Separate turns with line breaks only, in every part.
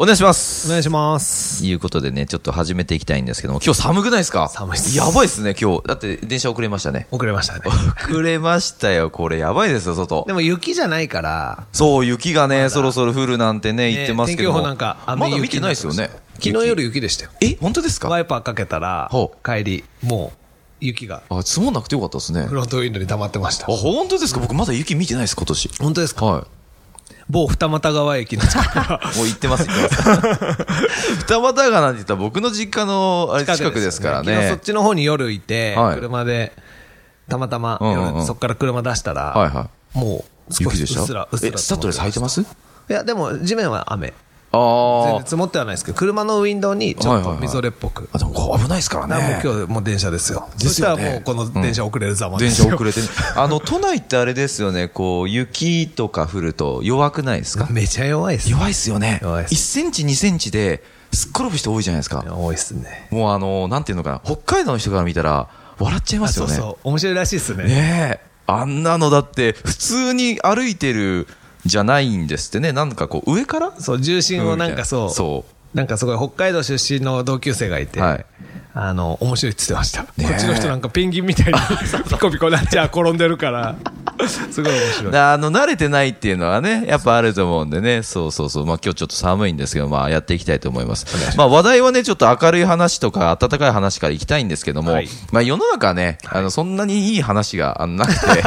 お願いします。
お願いします。
いうことでね、ちょっと始めていきたいんですけども、今日寒くないですか
寒いっす
やばいですね、今日。だって電車遅れま
。
したね
遅れましたね。
遅れましたよ、これやばいですよ、外
で。も雪じゃないから、
そう、雪がね、そろそろ降るなんてね、言ってますけど
ね天気予
も。
報なんか雨
まだ
雪
見てないですよね。
昨日夜雪でしたよ。
え、本当です
ワ
か
イパーかけたら
ほ、う
帰り、もう、雪が、
あ、積もんなくてよかったですね。
フ
あ、
ロントウィンドウに溜まってました。
本当ですか僕まだ雪見てないです、今年。
本当ですか
はい。
某二俣川駅の近 くから。
もう行ってます、行って ます。二俣川なんて言ったら僕の実家の、あれ近くですから
昨日そ
ね
っ。ちの方に夜いて、
はい
車で、たまたま、
うんうんうん
夜そっから車出したら、
はいは
もう、少
雪
し
で
うっ
した
すら、うっすら
え、
と
スタッドレス
思
履
っ
い
て
て
ま
ますす
いや、でも、地面は雨。
あ
全
ー
然積もってはないですけど、車のウィンドウに、ちょっとみぞれっぽく。
あ。でもこう危ないですから
だからも
ね
う。今日もう電車ですよ。
で
そ
す
した
よね
らもうこの電車遅れるざまで
電
す
車
よ。
遅れてる あの、都内ってあれですよね、こう、雪とか降ると弱くないですか
めちゃ弱いっすね。
弱いっすよね。
弱いっ
1
す
センチ、2センチで、すっ転ぶ人多いじゃないですか。
多いっすね。
もうあの、なんていうのかな、北海道の人から見たら、笑っちゃいます
そ
よ
う
ね。
そう。面白いらしいっすね。
ねえ。あんなのだって、普通に歩いてるじゃないんですってね。なんかこう、上から
そう、重心をなんか
う
そ
ん
う。
そ
なんかすごい北海道出身の同級生がいて、
はい
あの、面白いって言ってました。こ
ねえ
っちの人なんかペンギンみたい にピコピコなっちゃう転んでるから、 すごい面白い。
あの、慣れてないっていうのはね、やっぱあると思うんでね。そうそうそう。まあ今日ちょっと寒いんですけど、まあやっていきたいと思います。まあ話題はね、ちょっと明るい話とか暖かい話からいきたいんですけども、
はい
まあ世の中ね、あの、そんなにいい話があのな くて、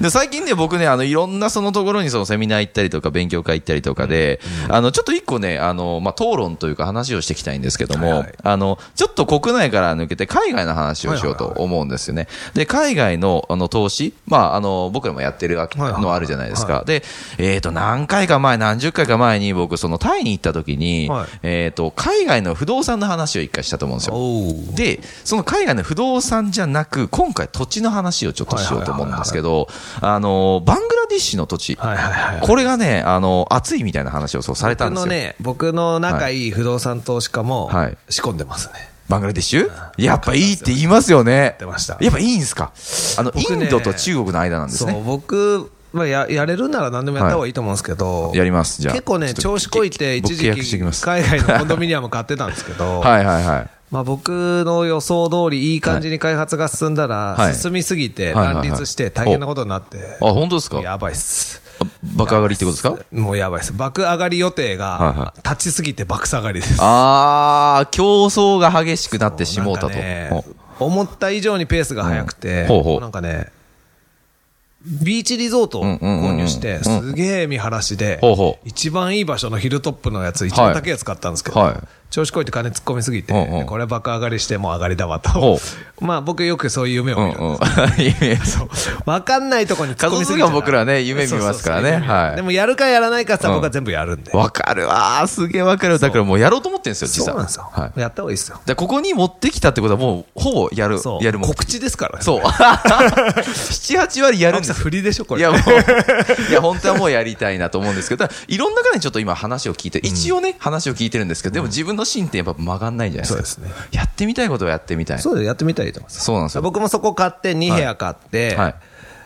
で、最近ね、僕ね、あの、いろんなそのところにそのセミナー行ったりとか、勉強会行ったりとかで、あの、ちょっと一個ね、あの、まあ、討論というか話をしていきたいんですけども、
はいはい
あの、ちょっと国内から抜けて海外の話をしようと思うんですよね。で、海外の、あの、投資、まあ、あの、僕らもやってるわけ
はいはい
のあるじゃないですか。で、えっ、と、何回か前、何十回か前に僕、そのタイに行った時に、
はい
えっ、と、海外の不動産の話を一回したと思うんですよ。
おう
で、その海外の不動産じゃなく、今回土地の話をちょっとしようと思うんですけど、あの、バングラディッシュの土地、
はいはいはい。
これがね、あの、熱いみたいな話をそうされたん
僕
ですよ。
のね、僕の仲いい不動産投資家も
はい
仕込んでますね。
バングラディッシュやっぱいいって言いますよね。
出ました
やっぱいいんですかあの、イ
僕ね
ンドと中国の間なんです
そう、
ね。
僕、まあ、ややれるなら何でもやった方がいいと思うんですけど、
やります、じゃあ。
結構ね、
ちょっと
調子こいて、
僕
一
契
時
約して
期、
きます。は
海外のコンドミニアム買ってたんですけど、
い はいはい。
まあ、僕の予想通り、いい感じに開発が進んだら、
はい
進みすぎ
は
て、
いはいはい
乱立して、大変なことになって、
あ、本当ですか
やばいっす。
爆上がりってことですか
もうやばいっす。爆上がり予定
はいは
が、立ちすぎて爆下がりです。
あー、競争が激しくなってしもうたと。
なん
お
かね思った以上にペースが速くて、
うんほうほう
なんかね、ビーチリゾートを購入して、
うんうんうん
すげえ見晴らしで
ほうほ、う
一番いい場所のヒルトップのやつ、一番高いやつ買ったんですけど、
はい
調子こいて金突っ込みすぎて、
うんうん
これ爆上がりしてもう上がりだわ
ほ
と。まあ僕よくそういう夢を
うん
見るん
うん
です。。
いや
そうわかんないとこに突っ込みすぎちゃ
家
う
族が僕らね夢見ますからね
そうそうそう
はい
夢でもやるかやらないかさ、僕は全部やるんで。
わかるわー、すげえわかる。だからもうやろうと思ってんですよ、実
そ
は。
うなんですよ
はい。。
やった方がいいですよ。
でここに持ってきたってことはもう、ほぼやる
そ、う。
やるもん。
告知ですからね。
そう。 七八割やるん
青
で
木
す
さ
よ
ん、振りでしょ、これ。
いや、もう、いや、本当はもうやりたいなと思うんですけど、ただいろんな方にちょっと今話を聞いて、一応ね、話を聞いてるんですけど、でも自分の芯ってやっぱ曲がんないじゃないですか。
そうですね。
やってみたいことはやってみたい。
そうでやってみたらいいと思います。
そうなんですよ
僕もそこ買って、2部屋買って、
はい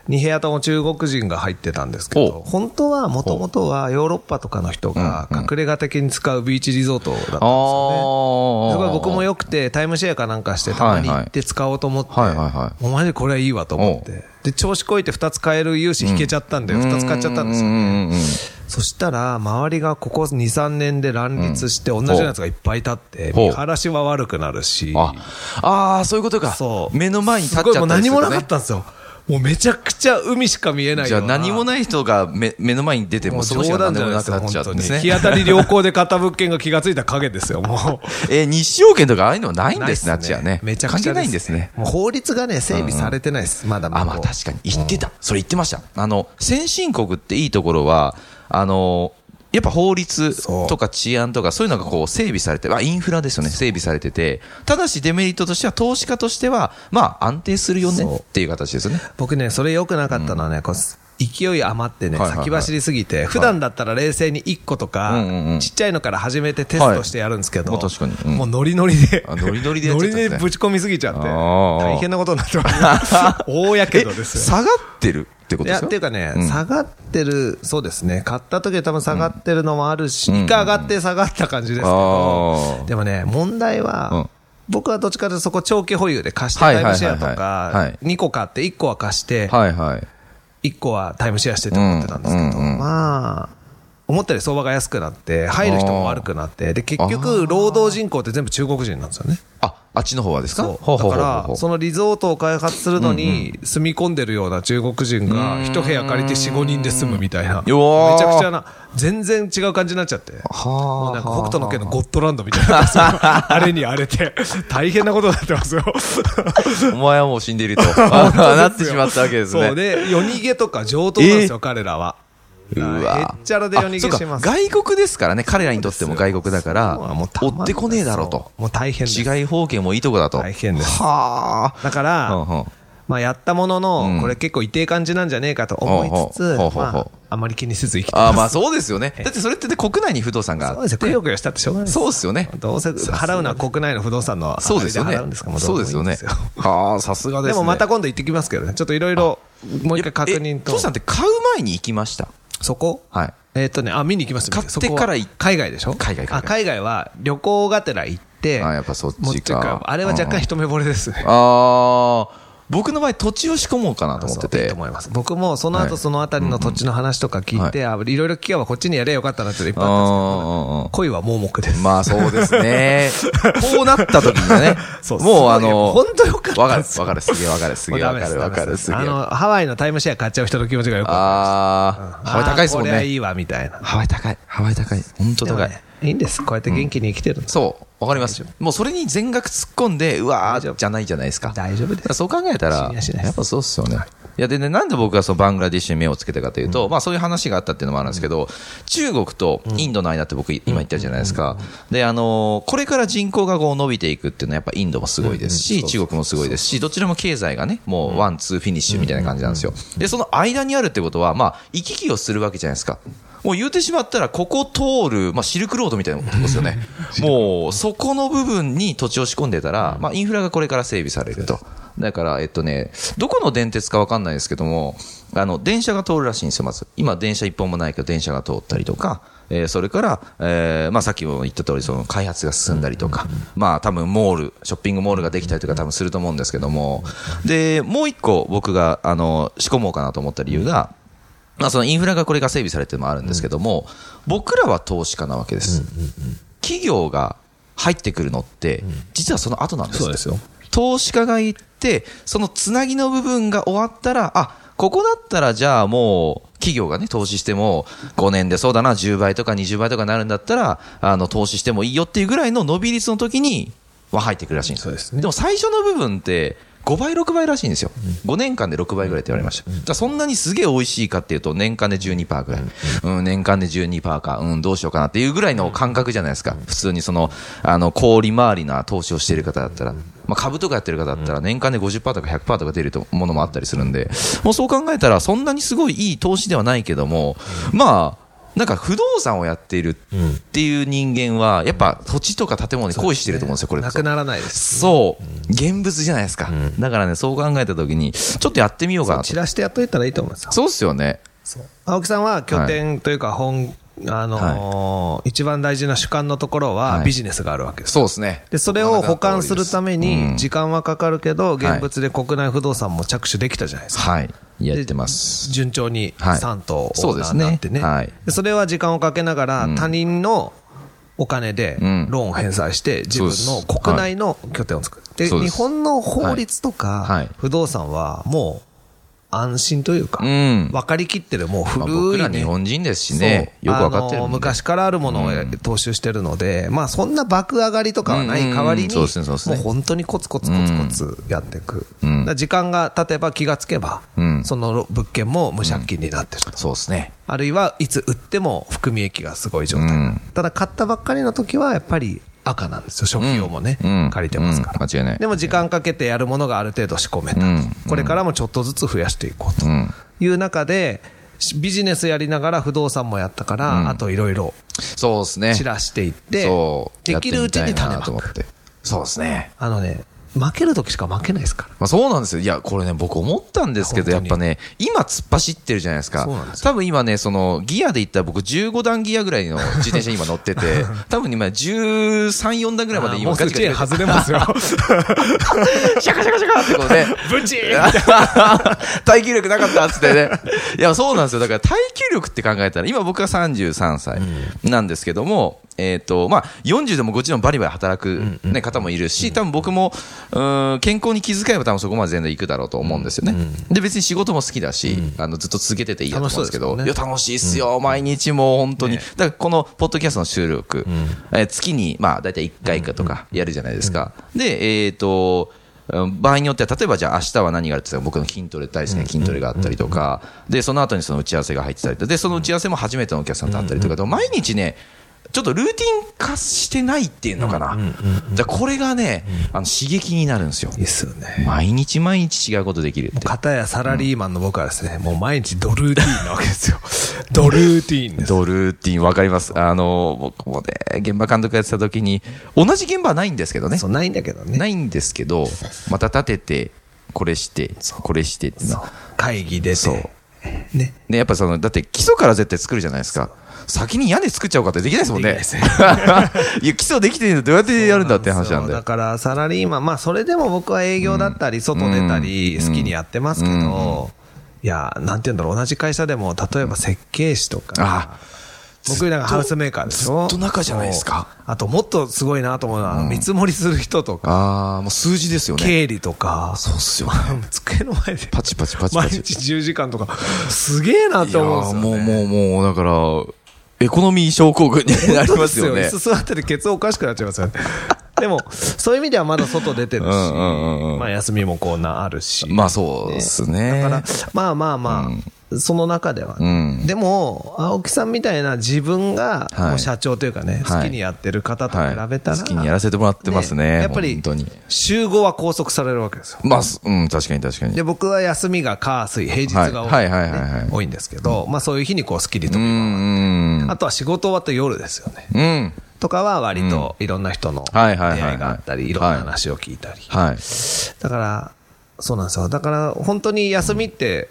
2部屋とも中国人が入ってたんですけど、
ほう
本当はもともとはヨーロッパとかの人が
うんうん
隠れ家的に使うビーチリゾートだったんです
あ
よね。
ー
すごい僕もよくて、タイムシェアかなんかして、たまに行って使おうと思って、
はいはいはいはいはい
もうマジでこれはいいわと思って、で、調子こいて2つ買える融資引けちゃったんで、2つ買っちゃったんですよ
う。んうんうん。
そしたら、周りがここ2、3年で乱立して、同じようなやつがいっぱい立って、
ほう
見晴らしは悪くなるし、
あ、あーそういうことか。
そう。
目の前に立っちゃった
すごいもう
りす
何
ると
も
ね
なかったんですよ。もうめちゃくちゃ海しか見えない
じゃ
よ
あ
うな。
何もない人が目目の前に出て
も
も、
う
その
冗
人が何
談
で
じゃ
も
ないで
な
す
く
か、
なっ
本
ちゃう
当
ん
に。
ですね。
日当たり良好で買った物件が気がついた影ですよ、も う。
えー、日照券とかああいうのはないん
ない
で
っ
すね、あっちはね。
めちゃくちゃ
関係ないんですね。
もう法律がね、整備されてないです、まだまだ。
あ、まあ確かに。言ってた。それ言ってました。あの、先進国っていいところは、あの、やっぱ法律
そう
とか治安とかそういうのがこう整備されて、まあ、インフラですよね、整備されてて、ただしデメリットとしては投資家としては、まあ安定するよね
そう
っていう形ですよね。
僕ね、それ良くなかったのはね、こう勢い余ってね、
はいはいはい
先走りすぎて、普段だったら冷静に1個とか、
うんうんうん
ちっちゃいのから始めてテストしてやるんですけど、
はいもう確かにうん
もうノリノリで、
あノリノリでやっ
ノ
ちゃったんで
リ
すね
でぶち込みすぎちゃって、
あー
大変なことになってます。 大やけどですよ。
下がってるってこと
い
で
や
すか
っていうかね、
ん
下がってる、そうですね、買った時は多分下がってるのもあるし、一、回上がって下がった感じですけど
あ、ー
でもね、問題は、
うん
僕はどっちかというとそこ長期保有で貸して
は
タ
いはい
イ
はいはい
ムシェアと
は
か
い、
2個買って1個は貸して、
はいはい。
1個はタイムシェアしてって思ってたんですけど、
うんうんうん
まあ、思ったより相場が安くなって、入る人も悪くなって、で、結局、労働人口って全部中国人なんですよね。
あ、あっちの方はですか
そう。だか
ほ
ら、
う
そのリゾートを開発するのに、住み込んでるような中国人が、一部屋借りて4、5人で住むみたいな。めち
うわー
ゃくちゃな、全然違う感じになっちゃって。もうなんか北斗の家のゴッドランドみたいな、その あれに荒れて、大変なことになってますよ。
お前はもう死んで いると。あ なってしまったわけです
そう
ね。
で、夜逃げとか上等なんですよ、彼らは。
う
へ
わ
っちゃらで夜逃げ
あそうか
します。
外国ですからね、彼らにとっても外国だから
そうはもう、た
追
まんない
ってこねえだろうと。
そうもう大変です。
市外法権もいいとこだと。
大変です
は
だから、
あ。うんうん
まあ、やったものの、
うん
これ結構痛い感じなんじゃねえかと思いつつ、
ほうほうほうほう
まあ、あまり気にせず生き
あ
て
ーまあ
ます。
そうですよね。だってそれってね国内に不動産が
そう
あ
で
っ
すよ。く
て
よ。くよしたってしょうがないです。
そうですよね。
どうせ払うのは国内の不動産の
そうですよ
あれ
ね
払うんですか。もど
そう
で
ですよ
もいいん
ね
ですよ。。
はあ、さすがですね。
でもまた今度行ってきますけどね。ちょっといろいろ、もう一回確認
え
と
父。さんって買う前に行きました。
そこ
はい。
えっとね、あ、見に行きます
買って
そこは
から行っ
海外でしょ
海外海外
あ、海外は旅行がてら行って、
あやっぱそっちか
もうてかあれは若干一目惚れですね。
ああ、僕の場合土地を仕込もうかなと思って
そういい
て
と。思います僕もその
は
後
い
その辺りの土地の話とか聞いて、あいろいろ聞けばこっちにやればよかったなっていうのいっぱいあったんです
あ
けど、恋は盲目です。、
まあそうですね。こうなった時にね
そう
もうあ
すごいよ
の、
本当よかった
わか
で
る、
す
わかる、すげえわかる、すげえ
もう
わ
ダメ
か
です
る、わかる、すげえ
ダメ。ですあの、ハワイのタイムシェア買っちゃう人の気持ちがよくわか
あ
る
ー、ハワイ高いですもん
あーこれはい
ね。
いわ、みたいな。
ハワイ高い、ハワイ高い、本当
でも
高い。
ねいいんです。こうやって元気に生きてるんです。
そう、わかります。もうそれに全額突っ込んで、うわ
大丈夫
ー、じゃないじゃないですか。
大丈夫で
だから
す。
そう考えた
死
ら、
に
や
はしないです
っぱそうっすよね。いや、でね、なんで僕がそのバングラディッシュに目をつけたかというと、まあそういう話があったっていうのもあるんですけど、中国とインドの間って僕今言ったじゃないですか。で、あのーこれから人口がこう伸びていくっていうのはやっぱインドもすごいですし、中国もすごいですし、どちらも経済がね、もうワン、ツーフィニッシュみたいな感じなんですよ。で、その間にあるってことは、まあ行き来をするわけじゃないですか。もう言うてしまったら、ここ通る、まあ、シルクロードみたいなことですよ ね。もう、そこの部分に土地を仕込んでたら、まあ、インフラがこれから整備されると。だから、えっとね、どこの電鉄かわかんないですけども、あの、電車が通るらしいんですよ、まず。今、電車一本もないけど、電車が通ったりとか、えーそれから、えーまあ、さっきも言った通り、その、開発が進んだりとか、まあ、多分、モール、ショッピングモールができたりとか、多分すると思うんですけども、で、もう一個、僕が、あの、仕込もうかなと思った理由が、まあ、そのインフラがこれが整備されてるのもあるんですけども、僕らは投資家なわけです、企業が入ってくるのって、実はその後なんですよ
よ。
投資家が行って、そのつなぎの部分が終わったら、あここだったらじゃあもう、企業がね、投資しても、5年でそうだな、10倍とか20倍とかなるんだったら、あの、投資してもいいよっていうぐらいの伸び率の時に、は入ってくるらしいんですよ
そうですね
でも最初の部分って、5倍、6倍らしいんですよ。5年間で6倍ぐらいって言われました。だからそんなにすげえ美味しいかっていうと、年間で12%ぐらい。うん、年間で12%か。うん、どうしようかなっていうぐらいの感覚じゃないですか。普通にその、あの、小売回りな投資をしている方だったら。まあ、株とかやってる方だったら、年間で50%とか100%とか出るとものもあったりするんで、もうそう考えたら、そんなにすごいいい投資ではないけども、まあ、なんか不動産をやっているっていう人間は、やっぱ土地とか建物に恋してると思うんですよ、これこ
な
そ
くならないです。
そう、現物じゃないですか、だからね、そう考えたときに、ちょっとやってみようかなと
チ、ラシでやっといたらいいと思いますよ。
そうっすよね、
青木さんは拠点というか本、あのー一番大事な主観のところは
はい
ビジネスがあるわけです。
そうですね、
で、それを保管するため
う
に
ん
時間はかかるけど、
い
現物で国内不動産も着手できたじゃないですか。
はい、やってます、
順調に
はい
3棟オ
そう
ー
で
ナー
す
に
ね
なってね。
はい
でそれは時間をかけながら、他人のお金でロ
ん
ーンを返済して、自分
そう
の
です
国内の拠点を作る。で、
そうで
日
す
本の法律と
はいは
か
い、
不動産はもう、安心というか、
うん
分かりきってる、もう
まあ
古い、ね
僕ら日本人ですしね、
そう
よくわかってる
あ
も
の
んね
昔からあるものを踏襲してるので、まあそんな爆上がりとかはない代わり
うんうんうんそう
に、も
ですねそうですね
う本当にコツコツコツコツやっていく。
うん
だから時間が経てば気がつけば
うん、
その物件も無借金になってると。
そうですね。
あるいはいつ売っても含み益がすごい状態。
うん
ただ買ったばっかりの時はやっぱり赤なんですよ。食費用もね、
うん
借りてますから。
うん間違いない
でも時間かけてやるものがある程度仕込めた。
うん
これからもちょっとずつ増やしていこうと
うん
いう中で、しビジネスやりながら不動産もやったから、あといろいろ
そうですね。
散らしていって、
そう。
できるうちに種
やってみたいな
ま
と思
く
っ。て。そうですね。
あのね、負ける時しか負けないですから。
まあ、そうなんですよ。いや、これね、僕思ったんですけど、や
本
っ
当に
ぱね、今突っ走ってるじゃないですか。
そうなんです
多分今ね、その、ギアで言ったら僕15段ギアぐらいの自転車に今乗って て、多分今13、4段ぐらいまで今
もうすぐチェーン外れますよ。
シャカシャカシャカってこうね。
ブチー
耐久力なかったっつってね。いや、そうなんですよ。だから耐久力って考えたら、今僕が33歳なんですけども、えっ、と、まあ、40でももちろんバリバリ働く、ね、方もいるし、多分僕も、うーん、健康に気遣えば多分そこまで全然いくだろうと思うんですよね。で、別に仕事も好きだし、あの、ずっと続けてていいなと思うんですけど、
楽しそうですよ
い
ね
や、楽しいっすよ。毎日もう本当に。だから、この、ポッドキャストの収録、えー月に、まあ、だいたい1回かとかやるじゃないですか。で、えっ、と、うん場合によっては、例えばじゃあ明日は何があるって言ったら僕の筋トレ大好きな筋トレがあったりとか、で、その後にその打ち合わせが入ってたりとで、その打ち合わせも初めてのお客さんと会ったりとか、でも毎日ね、ちょっとルーティン化してないっていうのかな。だからこれがね、あの刺激になるんですよ
いい。っすよね。
毎日毎日違うことできるって。
片やサラリーマンの僕はですね、もう毎日ドルーティーンなわけで すよ。ドルーティーンです。
ドルーティンわかります。あの、僕もね、現場監督やってた時に、同じ現場はないんですけどね
そ。う、ないんだけどね。
ないんですけど、また立てて、これして、これしてって
そ
な
う。会議出
そう
て。ね。
ね、やっぱその、だって基礎から絶対作るじゃないですか。先に屋根作っちゃおうかってできないですもんね。
で き
いや、基礎できてるのどうやってやるんだって話なん
そう
で。
だから、サラリーマン、まあ、それでも僕は営業だったり、外出たり、好きにやってますけど、いや、なんて言うんだろう、同じ会社でも、例えば設計士と
あ
か、僕なんかハウスメーカーでしょ
ずっと中じゃないですか
そうあと、もっとすごいなと思うのは、見積もりする人とか、
あー、もう数字ですよね。
経理とか、そうっすよ、机の前で。
パチパチパチパ
毎
チ。
日10時間とか、すげえなって思うんですよ、ね。
いやーもうもうもう、だから、エコノミー症候群になりますよね
椅。子座っててケツおかしくなっちゃいますよね。でも、そういう意味ではまだ外出てるし、
うんうんうんうん
まあ休みもこうなあるし。
まあそうですね。
だから、まあまあまあ、その中では、
うん
でも、青木さんみたいな自分が、
はい
もう社長というかね、
はい
好きにやってる方と比べたら、
はい好きにやらせてもらってますね
やっぱり
本当に、
週5は拘束されるわけですよ。
まあ、すうん、確かに確かに
で、。僕は休みが火、水、平日が多い,、
はいはいはいはいはい
多いんですけど、まあそういう日にこう、スッキリと
う
か、
ん、うん
あとは仕事終わって夜ですよね。
うん。
とかは割といろんな人の出
は
会
い
い
はいはいはい
があったり、いろんな話を聞いたり。
はい。
だから、そうなんですよ。だから、本当に休みって、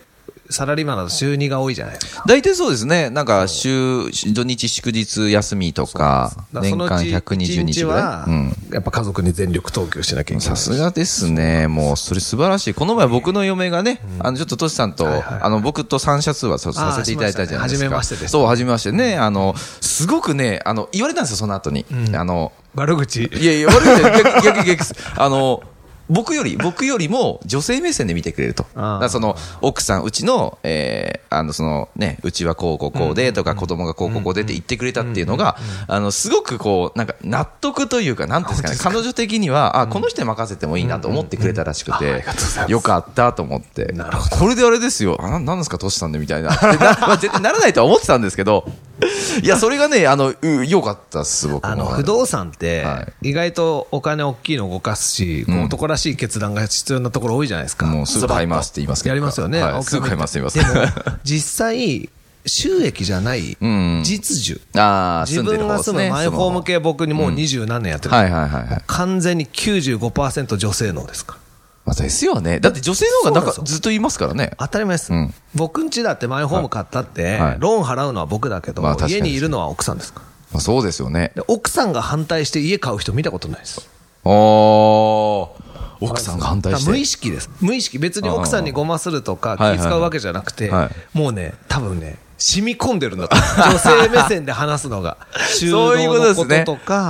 サラリーマンだと週2が多いじゃないですか。
大体そうですね。なんか、週、土日祝日休みとか、
だからそ
年
のう
間
ち
120
1
日
日
ぐら。
はい
うん。、
やっぱ家族に全力投球しなきゃいけな
さ
い。
すがですね。もう、それ素晴らしい。この前僕の嫁がね、あの、ちょっとトシさんと、
はいはい
あの、僕と三社通話さ
あー
させていただいたじゃないですか。
しましたね初めましてです
そう、初めましてね。あの、すごくね、あの、言われたんですよ、その後に。あの、
悪口。
いやいや、悪いじゃない逆、逆、逆です。あの、僕より、僕よりも女性目線で見てくれると。だ
ああ
からその、奥さん、うちの、えーあの、そのね、うちはこうこうこうでとか、子供がこうこうこうでって言ってくれたっていうのが、あの、すごくこう、なんか、納得というか、なんていうんですかね、彼女的には、あ、この人に任せてもいいなと思ってくれたらしくて、よかったと思って。
なるほ
これであれですよ、あ、ななんですか、トシさんでみたいな。ってな まあ絶対ならないとは思ってたんですけど、いや、それがね、あの、うよかったっす、僕も
あの、不動産って
は、
意外とお金大きいの動かすし、こう男らしい決断が必要なところ多いじゃないですか。
もうすぐ買いますって言いますけど。
やりますよね。
はい
青木
す
さん
ぐ
み
買
た
いますって言います。
でも、実際、収益じゃない
ん、
実需。
ああ、
自
住んでる
分
方
が
です
住む
ね。
マイホーム系、僕にもう二十何年やって
そ
る、
の。はいはいはいはい。
完全に95%女性能ですから。
まあ、ですよね。だって女性の方がなん
そう
か
なんです
ずっと言いますからね。
当たり前です、
うん
僕ん家だってマイホーム買ったって、
はい
ローン払うのは僕だけど、
まあ確かに
家にいるのは奥さんですから
まあ、そうですよね。
で奥さんが反対して家買う人見たことないです。
おー。奥さんが反対し
だから無意
て。
識です。無意識。別に奥さんにごまするとか
ああああ
気使うわけじゃなく
はい
て、
はいはいは
もうね、多分ね、染み込んでるんだと。女性目線で話すのが。就
そういう
労
ことで
の
す
こ
ね
とと
あああ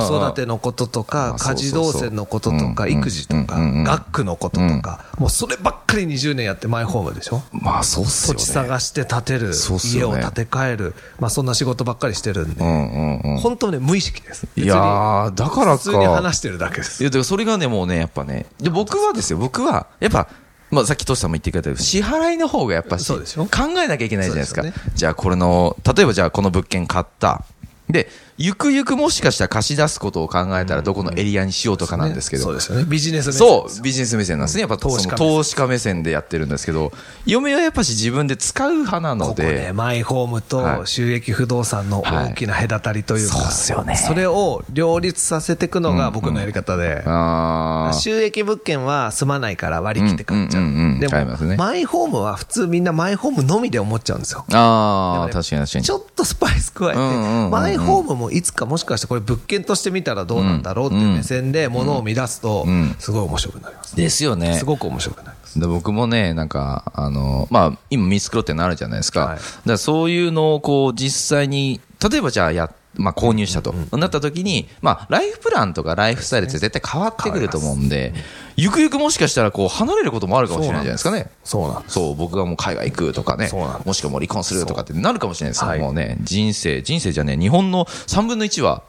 か、
あ
子育てのことと
あ
か、
あ
家事
そうそ
動
うそう
線のことと
う
か、
んうん
育児とか、
うんうんうん
学区のこととか、もうそればっかり20年やってマイホームでしょ
まあ、そうっす
土
よね。
地探して建てる
そうっ、す
家
よ
を
ね
建て替える、まあそんな仕事ばっかりしてるん
う
で、
んうんうん。
本当ね、無意識です。
いやー、だからか。
普通に話してるだけです
い。や、だからそれがね、もうね、やっぱね。で、僕はですよ、僕は、やっぱ、まあ、さっきトシさんも言ってくれたけど、支払いの方がやっぱし、
そうでしょ
考えなきゃいけないじゃないですか。
そうです
じゃあ、これの、例えばじゃあ、この物件買った。で、ゆくゆくもしかしたら貸し出すことを考えたら、どこのエリアにしようとかなんですけど、
そうですよね。ビジネス目線
そ
です
う、ビジネス目線なんですね。やっぱそ
投資
の
家目線
投資家目線でやってるんですけど、嫁はやっぱし自分で使う派なの
ここね
で、、
マイホーム
は
と
い
収益不動産の大きな隔たりというか、
はいそうっすよね
それを両立させていくのが僕のやり方で、
あー
収益物件は住まないから割り切って買っちゃう。
うんうんうんうん
で
買います
も、
ね
マイホームは普通みんなマイホームのみで思っちゃうんですよ。
あー、確かに確かに
ち。ょっとスパイス加えて、
うんうんうんうん
マイホームもいつかもしかしてこれ物件として見たらどうなんだろうっていう目線で物を見出すと
ん、
すごい面白くなります。
ですよね。
すごく面白くなります。
で僕もね、なんか、あの、まあ、今ミスクロってのあるじゃないですか。
はい
だからそういうのをこう、実際に、例えばじゃあや、まあ、購入したと、なった時に、まあ、ライフプランとかライフスタイルって絶対変わってくると思うんで、ゆくゆくもしかしたらこう、離れることもあるかもしれないじゃないですかね。
そうなんです。
そう、僕がもう海外行くとかね
そうなんで、す
もしくはもう離婚するとかってなるかもしれないですけど、
はい
もうね、人生、人生じゃね、日本の3分の1は、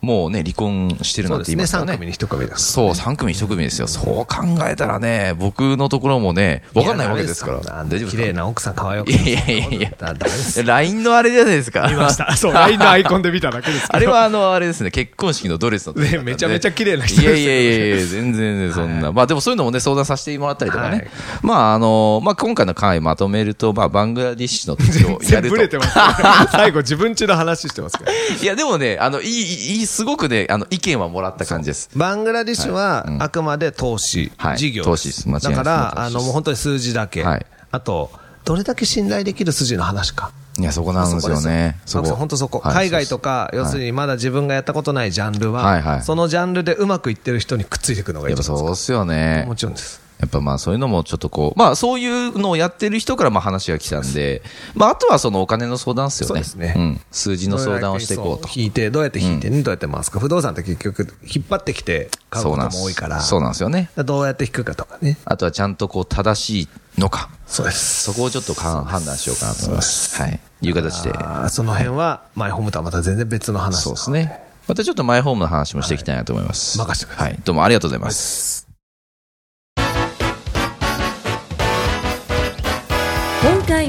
もうね、離婚してる
そ
な
うんで
て言い
すね。
ますから
3
ね。
組に1組です。
そう、3組1組ですよ。そう考えたらね、僕のところもね、わかんないわけですから。
や
大
ダメ
丈夫
綺
で
麗
すか
な奥さん可愛い
い
奥さん。
やいやいや
ダメで す。
いや。LINE のあれじゃないですか。
見ま した。そう、LINE のア イコンで見ただけですけど。
あれはあの、あれですね、結婚式のドレスの時だったんで。
ねめちゃめちゃ綺麗な人でしたよね
いやいやいやいや、全然ねそんな。まあでもそういうのもね、相談させてもらったりとかね。
はい
まああの、まあ今回の回まとめると、まあバングラディッシュの時を
全
や
部
る
ブ
と。
レて ますね。最後自分ちの話してますから。
いやでもね、あの、いい、いい、すごくね、あの、意見はもらった感じです。
バングラディッシュはあくまで投資、
はい
事業
投資です間違いない
だ
です
から、
投資です
あのもう本当に数字だけ、
はい
あと、どれだけ信頼できる数字の話か。
いや、そこなんですよね。
そこですよ青木さん本当そこ、
はい
海外とか、要するにまだ自分がやったことないジャンルは、
はいはい
そのジャンルでうまくいってる人にくっついていくのがい
や
い
っ
と
ぱ
思
そうっすよね。
もちろんです。
やっぱまあそういうのもちょっとこう、まあそういうのをやってる人からまあ話が来たんで、まああとはそのお金の相談ですよね。
そうですね
ん。数字の相談をしていこうと。
引いて、どうやって引いてね、どうやって回すか。不動産って結局、引っ張ってきて買う
そ
こ
うな
と
んです
も多いから、
そうなんですよね。
どうやって引くかとかね。
あとはちゃんとこう正しいのか。
そうです。
そこをちょっとか判断しようかなと思います。はい。いう形で。
あーその辺は、マイホームとはまた全然別の話
そうですね。またちょっとマイホームの話もしていきたいなと思います。
はい任せてくだ
は
さ
い。どうもありがとうございます。
今回